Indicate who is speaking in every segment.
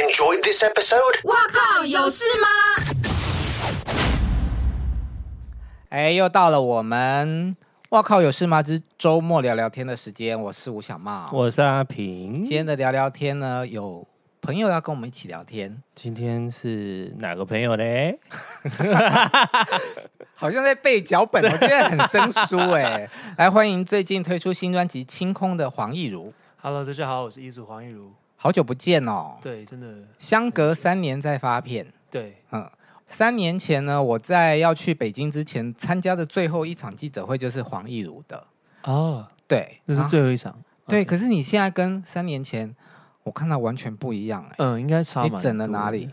Speaker 1: enjoyed this episode?
Speaker 2: 哇靠，有事吗？
Speaker 3: 哎，又到了我们“哇靠有事吗”之周末聊聊天的时间，我是吴小茂。
Speaker 4: 我是阿平
Speaker 3: 今。天的聊聊天呢，有朋友要跟我们一起聊天，
Speaker 4: 今天是哪个朋友嘞？
Speaker 3: 好像在背脚本，我觉得很生疏哎、 来，欢迎最近推出新专辑《清空》的黄义如，
Speaker 5: Hello，大家好，我是遗嘱黄义如。
Speaker 3: 好久不见哦，
Speaker 5: 对，真的，
Speaker 3: 相隔三年再发片。
Speaker 5: 对，
Speaker 3: 嗯，三年前呢，我在要去北京之前参加的最后一场记者会就是黄义如的，
Speaker 5: 哦，
Speaker 3: 对，
Speaker 5: 那是
Speaker 3: 啊
Speaker 5: 最后一场，
Speaker 3: 对。可是你现在跟三年前，我看到完全不一样哎、
Speaker 5: 嗯，应该差蛮
Speaker 3: 你
Speaker 5: 多的
Speaker 3: 整了哪里？？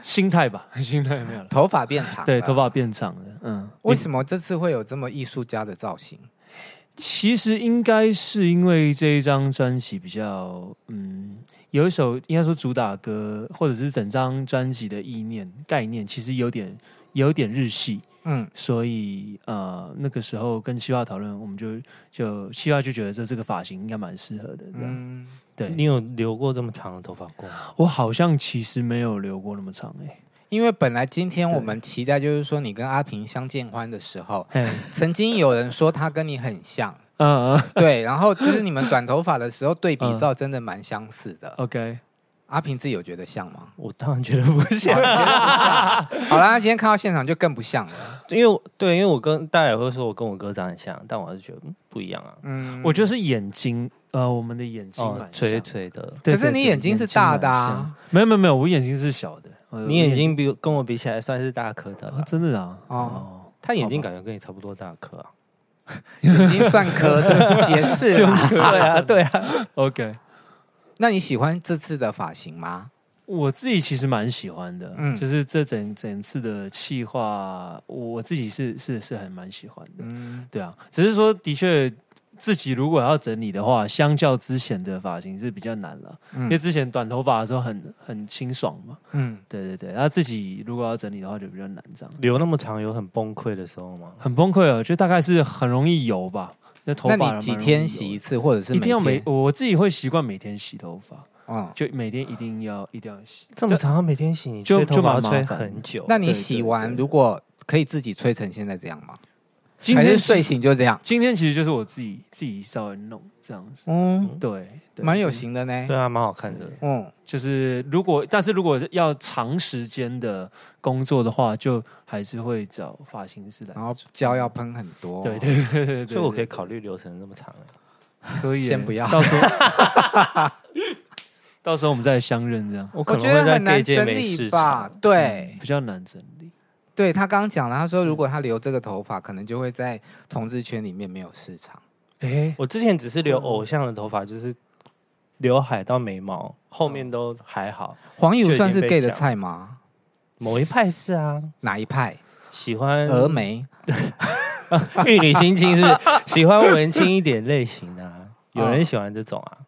Speaker 5: 心态吧，心态没有了。
Speaker 3: 头发变长了，
Speaker 5: 对，头发变长了，嗯，
Speaker 3: 为什么这次会有这么艺术家的造型？
Speaker 5: 其实应该是因为这一张专辑比较，嗯，有一首应该说主打歌，或者是整张专辑的意念概念，其实有点有点日系，
Speaker 3: 嗯，
Speaker 5: 所以呃，那个时候跟西化讨论，我们就就西化就觉得这这个发型应该蛮适合的，这样。
Speaker 3: 嗯，
Speaker 5: 对
Speaker 4: 你有留过这么长的头发过吗？
Speaker 5: 我好像其实没有留过那么长哎、
Speaker 3: 因为本来今天
Speaker 5: 对
Speaker 3: 我们期待就是说你跟阿平相见欢的时候，
Speaker 5: 欸，
Speaker 3: 曾经有人说他跟你很像，
Speaker 5: 嗯嗯
Speaker 3: 对，然后就是你们短头发的时候对比照真的蛮相似 的。
Speaker 5: ，OK，
Speaker 3: 阿平自己有觉得像吗？
Speaker 4: 我当然觉得不像，
Speaker 3: 好啦，那今天看到现场就更不像了。
Speaker 4: 因为我对，因为我跟大家也会说我跟我哥长得很像，但我还是觉得嗯不一样啊。
Speaker 3: 嗯，
Speaker 5: 我就是眼睛，呃，我们的眼睛
Speaker 4: 哦
Speaker 5: 蛮，像
Speaker 4: 垂，垂的，
Speaker 5: 对
Speaker 3: 可是
Speaker 5: 对
Speaker 3: 你
Speaker 5: 对
Speaker 3: 眼睛是大的
Speaker 5: 眼睛蛮
Speaker 3: 啊
Speaker 5: 像。没有没有没有，我眼睛是小的，呃
Speaker 4: 你眼、睛比跟我比起来算是大颗的
Speaker 5: 我眼睛啊
Speaker 4: 了，
Speaker 5: 真的啊，
Speaker 3: 哦，
Speaker 4: 他眼睛感觉跟你差不多大颗啊。
Speaker 3: 眼睛算科 的，也是啦。
Speaker 4: 对 啊，对啊，
Speaker 5: ，OK，
Speaker 3: 那你喜欢这次的发型吗？
Speaker 5: 我自己其实蛮喜欢的，
Speaker 3: 嗯
Speaker 5: 就是这整整次的企划，我自己是是是很蛮喜欢的，
Speaker 3: 嗯，
Speaker 5: 对啊，只是说的确自己如果要整理的话，相较之前的发型是比较难了，
Speaker 3: 嗯
Speaker 5: 因为之前短头发的时候很很清爽嘛，
Speaker 3: 嗯，
Speaker 5: 对对对，然后自己如果要整理的话就比较难，这样
Speaker 4: 留那么长有很崩溃的时候吗？
Speaker 5: 很崩溃哦，就大概是很容易油吧，那头发
Speaker 3: 那你几天洗一
Speaker 5: 一
Speaker 3: 次，或者是
Speaker 5: 一定要每
Speaker 3: 天？
Speaker 5: 我自己会习惯每天洗头发，
Speaker 3: 嗯，
Speaker 5: 就每天一定要一定要洗，
Speaker 4: 这么长，每天洗，你
Speaker 5: 就
Speaker 4: 吹头发
Speaker 5: 就蛮麻
Speaker 4: 吹
Speaker 5: 烦
Speaker 4: 很久。
Speaker 3: 那你
Speaker 5: 对
Speaker 3: 洗
Speaker 5: 对
Speaker 3: 完
Speaker 5: 对
Speaker 3: 如果可以自己吹成现在这样吗？
Speaker 5: 今
Speaker 3: 还
Speaker 5: 天
Speaker 3: 是
Speaker 5: 洗
Speaker 3: 睡醒就这样？
Speaker 5: 今天其实就是我自己自己稍微弄这样子，
Speaker 3: 嗯，
Speaker 5: 对，对
Speaker 3: 蛮有型的呢
Speaker 4: 对。啊，蛮好看的。
Speaker 3: 嗯，
Speaker 5: 就是如果，但是如果要长时间的工作的话，就还是会找发型师来
Speaker 3: 然。后胶要喷很多。
Speaker 5: 对对对对对，
Speaker 4: 所以我可以
Speaker 5: 以
Speaker 4: 考虑留成这么长欸。
Speaker 5: 可以耶，
Speaker 3: 先不要
Speaker 5: 到时候 到时候我们再相认，这样
Speaker 4: 我可
Speaker 3: 我
Speaker 4: 能
Speaker 3: 觉
Speaker 4: 会
Speaker 3: 得
Speaker 4: 在
Speaker 3: 很难
Speaker 4: gay 界
Speaker 3: 整
Speaker 4: 没
Speaker 3: 理
Speaker 4: 市
Speaker 3: 吧
Speaker 4: 场。。
Speaker 3: 对，
Speaker 5: 比较难整理。
Speaker 3: 对他刚刚讲了，他说如果他留这个头发，可能就会在同志圈里面没有市场。
Speaker 5: 哎，
Speaker 4: 我之前只是留偶像的头发，就是刘海到眉毛，后面都还好。
Speaker 3: 黄友
Speaker 4: 就已
Speaker 3: 算是
Speaker 4: 经
Speaker 3: gay
Speaker 4: 被
Speaker 3: 的
Speaker 4: 讲
Speaker 3: 菜吗？
Speaker 4: 某一派是啊，
Speaker 3: 哪一派？
Speaker 4: 喜欢
Speaker 3: 峨眉。
Speaker 4: 玉女心经是喜欢文青一点类型的、啊，有人喜欢这种啊，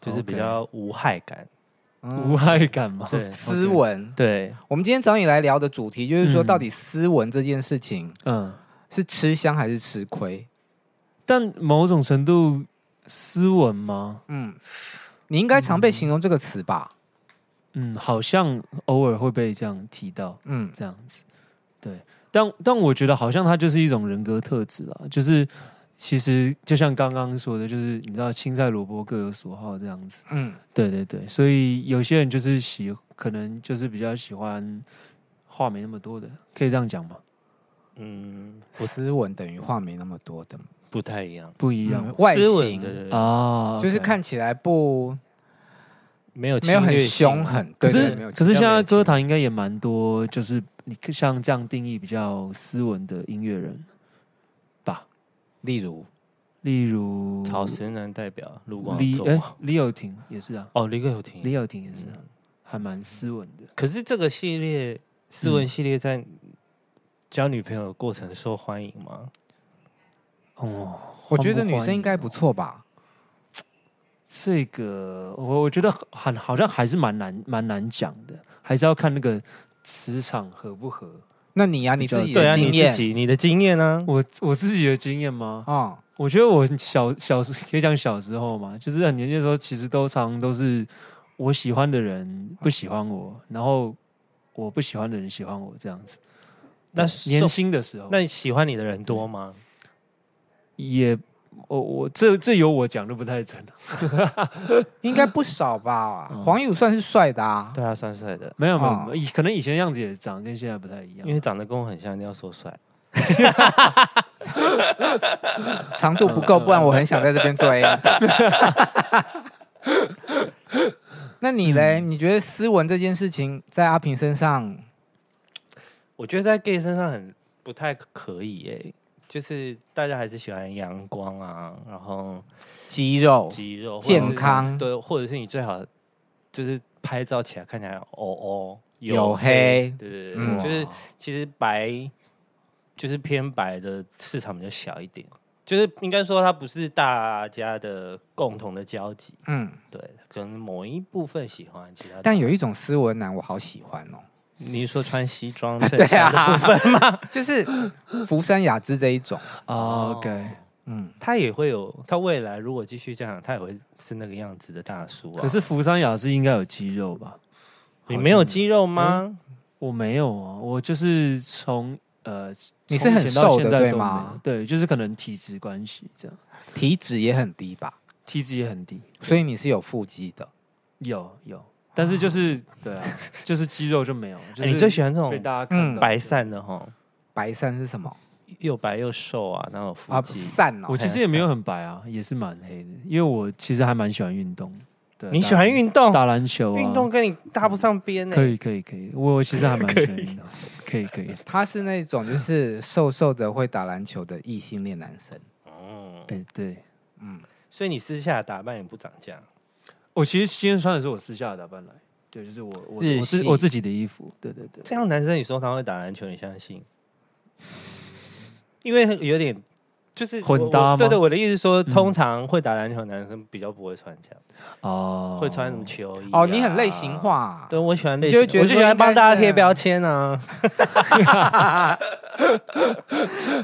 Speaker 4: 就是比较无害感。
Speaker 5: 无
Speaker 3: 嗯
Speaker 5: 害感嘛，
Speaker 4: 对
Speaker 3: 斯文，
Speaker 4: 对，
Speaker 3: 我们今天找你来聊的主题就是说，
Speaker 5: 嗯
Speaker 3: 到底斯文这件事情
Speaker 5: 嗯，
Speaker 3: 是吃香还是吃亏？
Speaker 5: 但某种程度斯文吗？
Speaker 3: 嗯，你应该常被形容这个词吧？
Speaker 5: 嗯，好像偶尔会被这样提到。
Speaker 3: 嗯，
Speaker 5: 这样子。对，但但我觉得好像它就是一种人格特质啊，就是其实就像刚刚说的，就是你知道青菜萝卜各有所好这样子。
Speaker 3: 嗯，
Speaker 5: 对对对，所以有些人就是喜，可能就是比较喜欢话没那么多的，可以这样讲吗？
Speaker 4: 嗯，
Speaker 3: 我斯文等于话没那么多的嘛
Speaker 4: 不太一样，
Speaker 5: 不一样、
Speaker 3: 嗯外
Speaker 4: 斯文
Speaker 3: 形
Speaker 4: 对对对
Speaker 5: 啊，
Speaker 3: 就是
Speaker 5: OK
Speaker 3: 看起来不
Speaker 4: 没有
Speaker 3: 没有很
Speaker 4: 侵略性啊
Speaker 3: 凶，狠，
Speaker 5: 可
Speaker 3: 对对
Speaker 5: 是
Speaker 3: 对没有
Speaker 5: 可是
Speaker 3: 侵略
Speaker 5: 现在
Speaker 3: 性
Speaker 5: 歌坛应该也蛮多，就是你像这样定义比较斯文的音乐人吧，
Speaker 3: 例如
Speaker 5: 例如
Speaker 4: 草食男代表卢广
Speaker 5: 李
Speaker 4: 仲
Speaker 5: 哎、
Speaker 4: 啊，
Speaker 5: 李友廷也是啊，
Speaker 4: 哦，李克有
Speaker 3: 嗯
Speaker 5: 李
Speaker 4: 廷。
Speaker 5: 友廷也是啊，还蛮斯文的。
Speaker 4: 可是这个系列斯文系列在交女朋友的过程受欢迎吗？
Speaker 5: 哦，
Speaker 3: 我觉得
Speaker 5: 欢不
Speaker 3: 女
Speaker 5: 欢
Speaker 3: 生应该
Speaker 5: 迎
Speaker 3: 不错吧？
Speaker 5: 这个，我我觉得很好像还是蛮难蛮难讲的，还是要看那个磁场合不合。
Speaker 3: 那你呀，你
Speaker 5: 比较
Speaker 3: 自己
Speaker 4: 对
Speaker 3: 的
Speaker 4: 啊，你
Speaker 3: 经
Speaker 4: 自
Speaker 3: 验
Speaker 4: 己你的经验呢？
Speaker 5: 我我自己的经验吗？
Speaker 3: 啊，
Speaker 5: 我我觉得我小小时可以讲小时候嘛，就是很年轻的时候，其实都常都是我喜欢的人不喜欢我，然后我不喜欢的人喜欢我这样子。
Speaker 4: 那
Speaker 5: 年
Speaker 4: 受
Speaker 5: 轻的时候，
Speaker 4: 那你喜欢你的人多吗？
Speaker 5: 也我我这这由我讲的不太准，
Speaker 3: 应该不少吧？黄奕武算是帅的啊，
Speaker 4: 对啊，算帅的，
Speaker 5: 没有没有
Speaker 3: 哦
Speaker 5: 没有，以可能以前样子也长跟现在不太一样，
Speaker 4: 因为长得跟我很像，你要说帅。
Speaker 3: 长度不够，不然我很想在这边做 A。那你嘞？你觉得斯文这件事情在阿平身上，
Speaker 4: 我觉得在 gay 身上很不太可以诶、就是大家还是喜欢阳光啊，然后
Speaker 3: 肌肉
Speaker 4: 肌肉或者是
Speaker 3: 健康
Speaker 4: 对，或者是你最好就是拍照起来看起来哦哦
Speaker 3: 黝黑
Speaker 4: 对对对，
Speaker 3: 嗯
Speaker 4: 就是其实白就是偏白的市场比较小一点，就是应该说它不是大家的共同的交集，
Speaker 3: 嗯，
Speaker 4: 对，可能某一部分喜欢，其他
Speaker 3: 但有一种斯文男我好喜欢哦，
Speaker 4: 你说穿西装
Speaker 3: 对
Speaker 4: 衬衫的
Speaker 3: 啊
Speaker 4: 部分，，
Speaker 3: 就是福山雅治这一种，
Speaker 5: 哦 OK，
Speaker 3: 嗯，
Speaker 4: 他也会有，他未来如果继续这样，他也会是那个样子的大叔啊。
Speaker 5: 可是福山雅治应该有肌肉吧？
Speaker 4: 你没有肌肉
Speaker 5: 嗯
Speaker 4: 吗？
Speaker 5: 我没有啊，我就是从呃，
Speaker 3: 你是
Speaker 5: 从以
Speaker 3: 很
Speaker 5: 前到
Speaker 3: 瘦的
Speaker 5: 现在
Speaker 3: 对
Speaker 5: 都没
Speaker 3: 吗
Speaker 5: 有？对，就是可能体质关系这样，
Speaker 3: 体脂也很低吧，
Speaker 5: 体质也很低，
Speaker 3: 所以你是有腹肌的。
Speaker 5: 有有，但是就是、对啊，就是肌肉就没有，就
Speaker 4: 哎
Speaker 5: 是、
Speaker 4: 你最喜欢这
Speaker 5: 被
Speaker 4: 种
Speaker 5: 大家看
Speaker 3: 嗯
Speaker 5: 到
Speaker 4: 白散的哈，
Speaker 3: 白散是什么
Speaker 4: 又白又瘦啊，然后有腹
Speaker 3: 啊？
Speaker 4: 肌。
Speaker 3: 散哦，
Speaker 5: 我其实也没有很白啊，也是蛮黑的，因为我其实还蛮喜欢运动。对，啊
Speaker 4: 你
Speaker 5: 打
Speaker 4: 喜欢运动？
Speaker 5: 打篮球、啊？
Speaker 4: 运动跟你搭不上边欸呢、
Speaker 5: 可以可以可以，我其实还蛮喜欢运动，可以可以。
Speaker 3: 他是那种就是瘦瘦的会打篮球的异性恋男生。
Speaker 4: 哦，
Speaker 5: 哎、 对，
Speaker 4: 所以你私下打扮也不涨价。
Speaker 5: 我其实今天穿的是我私下的打扮来，对，就是我我
Speaker 3: 日
Speaker 5: 我自
Speaker 3: 系
Speaker 5: 我自己的衣服，对对对。
Speaker 4: 这样男生，你说他会打篮球，你相信？因为有点就是我
Speaker 5: 混搭
Speaker 4: 我
Speaker 5: 吗嗯
Speaker 4: 对对，我的意思是说，通常会打篮球的男生比较不会穿这样，
Speaker 5: 哦，
Speaker 4: 会穿什么球衣、啊
Speaker 3: 哦，你很类型。化、
Speaker 4: 哎对，我喜欢类
Speaker 3: 你就
Speaker 4: 型的，
Speaker 3: 会觉得
Speaker 4: 我就
Speaker 3: 说
Speaker 4: 喜欢
Speaker 3: 应该
Speaker 4: 帮大家
Speaker 3: 是
Speaker 4: 贴标签啊。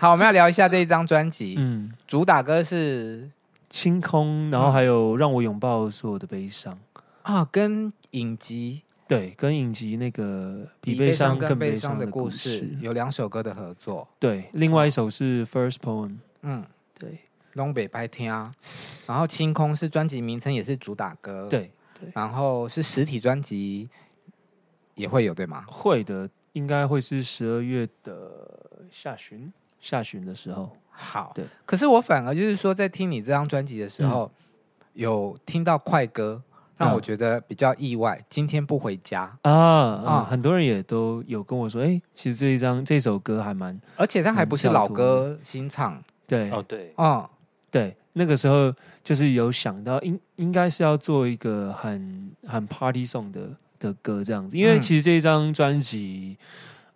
Speaker 3: 好，我们要聊一下这一张专辑，
Speaker 5: 嗯，
Speaker 3: 主打歌是
Speaker 5: 清空，然后还有让我拥抱所有的悲伤，
Speaker 3: 啊，跟影集
Speaker 5: 对，跟影集那个比
Speaker 3: 悲
Speaker 5: 悲伤
Speaker 3: 更
Speaker 5: 更
Speaker 3: 悲
Speaker 5: 悲
Speaker 3: 伤
Speaker 5: 伤
Speaker 3: 的
Speaker 5: 故
Speaker 3: 故事有两首歌的合作，
Speaker 5: 对，另外一首是 First Poem，
Speaker 3: 嗯，
Speaker 5: 对
Speaker 3: 东北拍天啊，然后清空是专辑名称，也是主打歌，，
Speaker 5: 对，
Speaker 3: 然后是实体专辑也会有对吗？
Speaker 5: 会的，应该会是十二月的下旬，下旬的时候，
Speaker 3: 好，
Speaker 5: 对。
Speaker 3: 可是我反而就是说，在听你这张专辑的时候，有听到快歌，让
Speaker 5: 嗯
Speaker 3: 我觉得比较意外。今天不回家，
Speaker 5: 啊啊
Speaker 3: 啊！
Speaker 5: 很多人也都有跟我说，哎、其实这一张这首歌还蛮
Speaker 3: 而且它还不是老
Speaker 5: 嗯
Speaker 3: 歌新唱，
Speaker 5: 对、
Speaker 4: 哦，对，
Speaker 3: 嗯，
Speaker 5: 对。那个时候就是有想到应应该是要做一个很很 party song 的的歌这样子，因为
Speaker 3: 嗯
Speaker 5: 其实这一张专辑，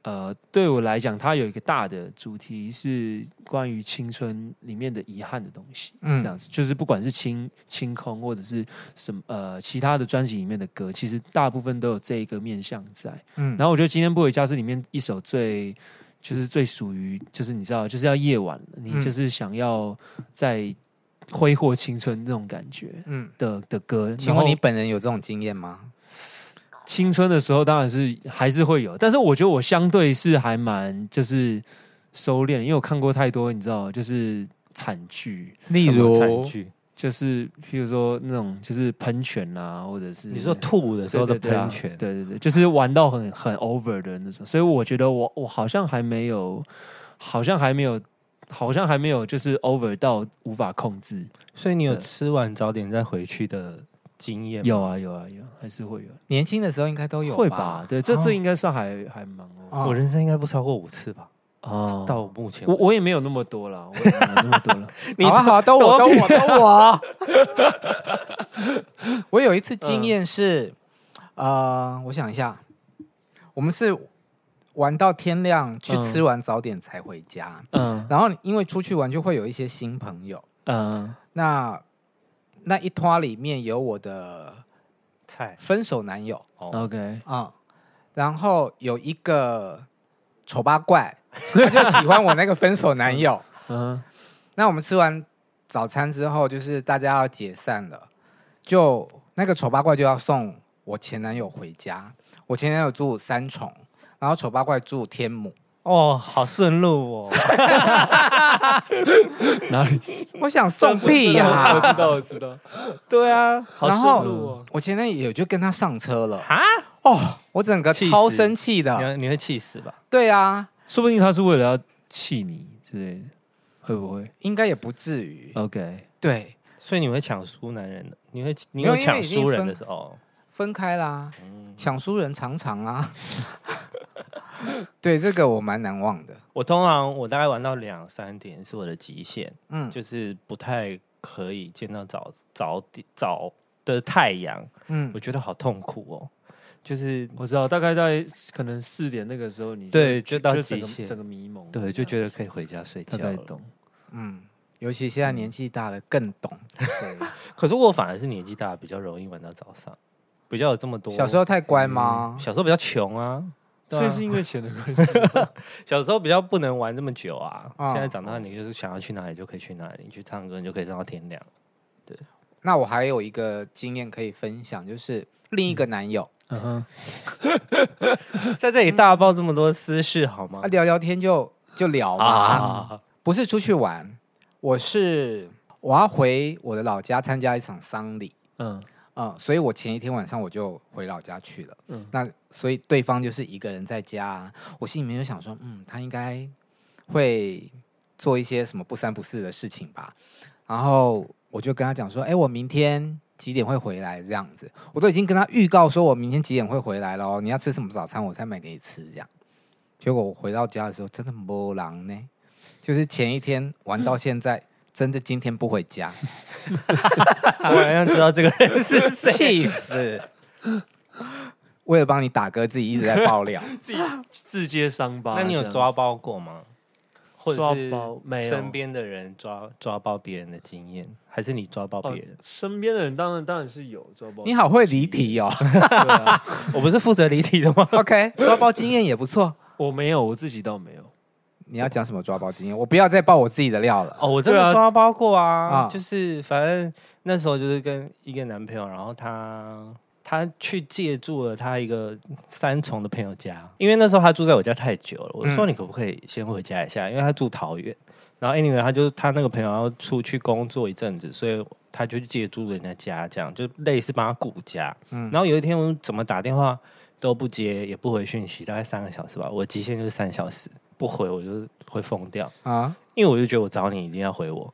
Speaker 5: 呃，对我来讲，它有一个大的主题是关于青春里面的遗憾的东西，
Speaker 3: 嗯
Speaker 5: 这样子，就是不管是清清空或者是什么呃其他的专辑里面的歌，其实大部分都有这一个面向在。
Speaker 3: 嗯
Speaker 5: 然后我觉得《今天不回家》是里面一首最，就是最属于，就是你知道，就是要夜晚了，
Speaker 3: 嗯
Speaker 5: 你就是想要在挥霍青春那种感觉
Speaker 3: 嗯。
Speaker 5: 的的歌。
Speaker 3: 请问你本人有这种经验吗？
Speaker 5: 青春的时候当然是还是会有，但是我觉得我相对是还蛮就是收敛，因为我看过太多，你知道，就是惨剧，
Speaker 3: 例
Speaker 4: 什么惨剧
Speaker 5: 就是譬如说那种就是喷泉啊，或者是
Speaker 4: 你说吐的时候的喷泉，
Speaker 5: 对对对，就是玩到很很 over 的那种，所以我觉得我我好像还没有，好像还没有，好像还没有，就是 over 到无法控制。
Speaker 4: 所以你有
Speaker 5: 对
Speaker 4: 吃完早点再回去的经验吗？
Speaker 5: 有啊有啊有啊，还是会有，
Speaker 3: 年轻的时候应该都有
Speaker 5: 会
Speaker 3: 吧
Speaker 5: 吧？？对，这、这
Speaker 3: 哦
Speaker 5: 应该算还还蛮 over
Speaker 3: 哦
Speaker 4: 我人生应该不超过五次吧，
Speaker 5: 哦
Speaker 4: 到目前
Speaker 5: 我
Speaker 4: 为止
Speaker 5: 我也没有那么多了， 我也没有那么多了。
Speaker 4: 你
Speaker 3: 好啊好啊，都我
Speaker 4: 多
Speaker 3: 都我都我。 我有一次经验是，呃，我想一下，我们是玩到天亮，去
Speaker 5: 嗯
Speaker 3: 吃完早点才回家。
Speaker 5: 嗯
Speaker 3: 然后因为出去玩就会有一些新朋友，
Speaker 5: 嗯，
Speaker 3: 那那一拖里面有我的
Speaker 4: 菜
Speaker 3: 分手男友
Speaker 4: 哦
Speaker 5: OK，
Speaker 3: 啊、嗯，然后有一个丑八怪，他就喜欢我那个分手男友。
Speaker 5: 嗯
Speaker 3: 那我们吃完早餐之后，就是大家要解散了，就那个丑八怪就要送我前男友回家。我前男友住三重，然后丑八怪住天母。
Speaker 4: 哦，好顺 路哦，
Speaker 5: 哪里？
Speaker 3: 我想送屁呀、
Speaker 5: 我知道，我知道。
Speaker 4: 对啊，好
Speaker 3: 然
Speaker 4: 顺路
Speaker 3: 后
Speaker 4: 哦。
Speaker 3: 我前男友就跟他上车了。
Speaker 4: 啊，
Speaker 3: 哦，我整个
Speaker 4: 气死
Speaker 3: 超生气
Speaker 4: 你
Speaker 3: 的。
Speaker 4: 会你会气死吧？
Speaker 3: 对啊，
Speaker 5: 说不定他是为了要气你之类的，会不会
Speaker 3: 应该也不至于。
Speaker 5: ？OK，
Speaker 3: 对，
Speaker 4: 所以你会抢输男人的，你会你
Speaker 3: 没有
Speaker 4: 有抢
Speaker 3: 因为已经
Speaker 4: 输人
Speaker 3: 分
Speaker 4: 的时候，
Speaker 3: 分开啦，抢输人常常 啊。对，这个我蛮难忘的。
Speaker 4: 我通常我大概玩到两三点是我的极限，
Speaker 3: 嗯
Speaker 4: 就是不太可以见到早早早的太阳，
Speaker 3: 嗯
Speaker 4: 我，觉得好痛苦哦。就是
Speaker 5: 我知道，大概在可能四点那个时候你，
Speaker 4: 对就到
Speaker 5: 整
Speaker 4: 极
Speaker 5: 个
Speaker 4: 限
Speaker 5: 整个迷蒙，
Speaker 4: 对，就觉得可以回家睡
Speaker 5: 大
Speaker 4: 觉
Speaker 5: 概
Speaker 4: 了。
Speaker 5: 懂。
Speaker 3: 嗯，尤其现在年纪大了更懂。
Speaker 4: 可是我反而是年纪大，比较容易玩到早上，比较有这么多。
Speaker 3: 小时候太乖吗？
Speaker 4: 小时候比较穷啊，对
Speaker 5: 所
Speaker 4: 啊
Speaker 5: 以是因为钱的关 系，
Speaker 4: 小时候比较不能玩这么久啊。
Speaker 3: 啊
Speaker 4: 现在长大，你就是想要去哪里就可以去哪里，你去唱歌你就可以唱到天亮。
Speaker 3: 那我还有一个经验可以分享，就是另一个男友
Speaker 5: 嗯哼，
Speaker 4: 在这里大爆这么多私事好吗
Speaker 3: 啊，？聊聊天就就聊嘛，
Speaker 4: 啊，
Speaker 3: 不是出去玩，我是我要回我的老家参加一场丧礼。
Speaker 5: 嗯，
Speaker 3: 嗯，所以我前一天晚上我就回老家去了。
Speaker 5: 嗯
Speaker 3: 嗯，那所以对方就是一个人在家啊、我心里面就想说，嗯，他应该会做一些什么不三不四的事情吧。然后我就跟他讲说，哎、我明天几点会回来？这样子，我都已经跟他预告说我明天几点会回来咯，你要吃什么早餐，我才买给你吃。这样，结果我回到家的时候，真的没狼呢，就是前一天玩到现在，真的今天不回家。
Speaker 4: 我好像知道这个人是谁，
Speaker 3: 气死！为了帮你打歌，自己一直在爆料。
Speaker 5: 自己自揭伤疤。
Speaker 4: 那你有抓包过吗？或者是
Speaker 5: 抓包没有
Speaker 4: 身边的人抓抓包别人的经验，还是你抓包
Speaker 5: 这样
Speaker 4: 别
Speaker 5: 子？
Speaker 4: 人
Speaker 5: 哦？身边的人当然当然是有抓包。
Speaker 3: 你好会离题哦。
Speaker 5: 对啊，
Speaker 4: 我不是负责离题的吗？
Speaker 3: OK，抓包经验也不错。
Speaker 5: 我没有，我自己倒没有。
Speaker 3: 你要讲什么抓包经验？我不要再爆我自己的料了。
Speaker 4: 哦，我真
Speaker 5: 对啊
Speaker 4: 的抓包过啊，
Speaker 3: 啊
Speaker 4: 就是反正那时候就是跟一个男朋友，然后他他去借住了他一个三重的朋友家，因为那时候他住在我家太久了，我说
Speaker 3: 嗯
Speaker 4: 你可不可以先回家一下，因为他住桃园，然后 anyway 他就他那个朋友要出去工作一阵子，所以他就去借住人家家，这样就类似帮他顾家。
Speaker 3: 嗯
Speaker 4: 然后有一天我怎么打电话都不接，也不回讯息，大概三个小时吧，我极限就是三小时，不回我就会疯掉。
Speaker 3: 啊，
Speaker 4: 因为我就觉得我找你一定要回我，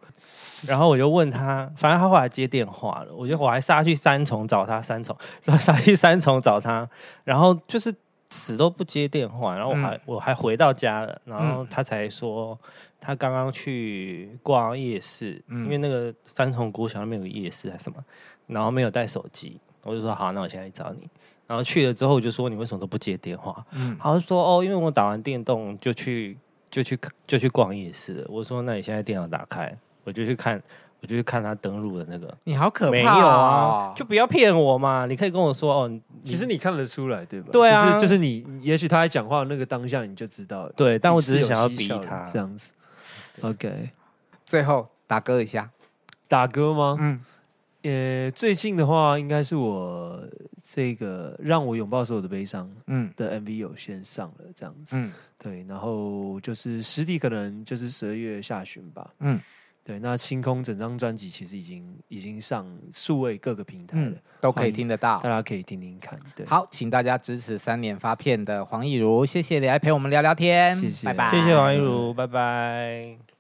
Speaker 4: 然后我就问他，反正他后来接电话了，我就我还杀去三重找他，三重 杀杀去三重找他，然后就是死都不接电话，然后我还、
Speaker 3: 嗯
Speaker 4: 我还回到家了，然后他才说他刚刚去逛夜市，
Speaker 3: 嗯
Speaker 4: 因为那个三重国小那边有个夜市还是什么，然后没有带手机，我就说好，那我现在去找你。然后去了之后，我就说你为什么都不接电话？
Speaker 3: 嗯，
Speaker 4: 他就说哦，因为我打完电动就去就去就去逛夜市了。我说那你现在电脑打开，我就去看，我就去看他登录的那个。
Speaker 3: 你好可怕、哦。
Speaker 4: 没有啊，就不要骗我嘛！你可以跟我说哦，
Speaker 5: 其实你看得出来，对吧？
Speaker 4: 对啊
Speaker 5: 就是就是你，也许他在讲话的那个当下你就知道了。
Speaker 4: 对，但我
Speaker 5: 你
Speaker 4: 只是
Speaker 5: 有
Speaker 4: 想要
Speaker 5: 蹊
Speaker 4: 逼
Speaker 5: 跷的
Speaker 4: 他。
Speaker 5: 这样子。OK，
Speaker 3: 最后打歌一下。
Speaker 5: 打歌吗？
Speaker 3: 嗯，
Speaker 5: 呃，最近的话应该是我这个让我拥抱所有的悲伤
Speaker 3: 嗯
Speaker 5: 的 MV 有先上了，这样子。
Speaker 3: 嗯
Speaker 5: 对，然后就是实体可能就是十二月下旬吧。
Speaker 3: 嗯
Speaker 5: 对，那清空整张专辑其实已经已经上数位各个平台了，
Speaker 3: 嗯，都可以听得到
Speaker 5: 大。家可以听听看。对，，
Speaker 3: 好，请大家支持三连发片的黄义如，谢谢你来陪我们聊聊天，
Speaker 5: 谢谢
Speaker 3: 拜拜，
Speaker 5: 嗯
Speaker 4: 谢谢王一。如，拜拜。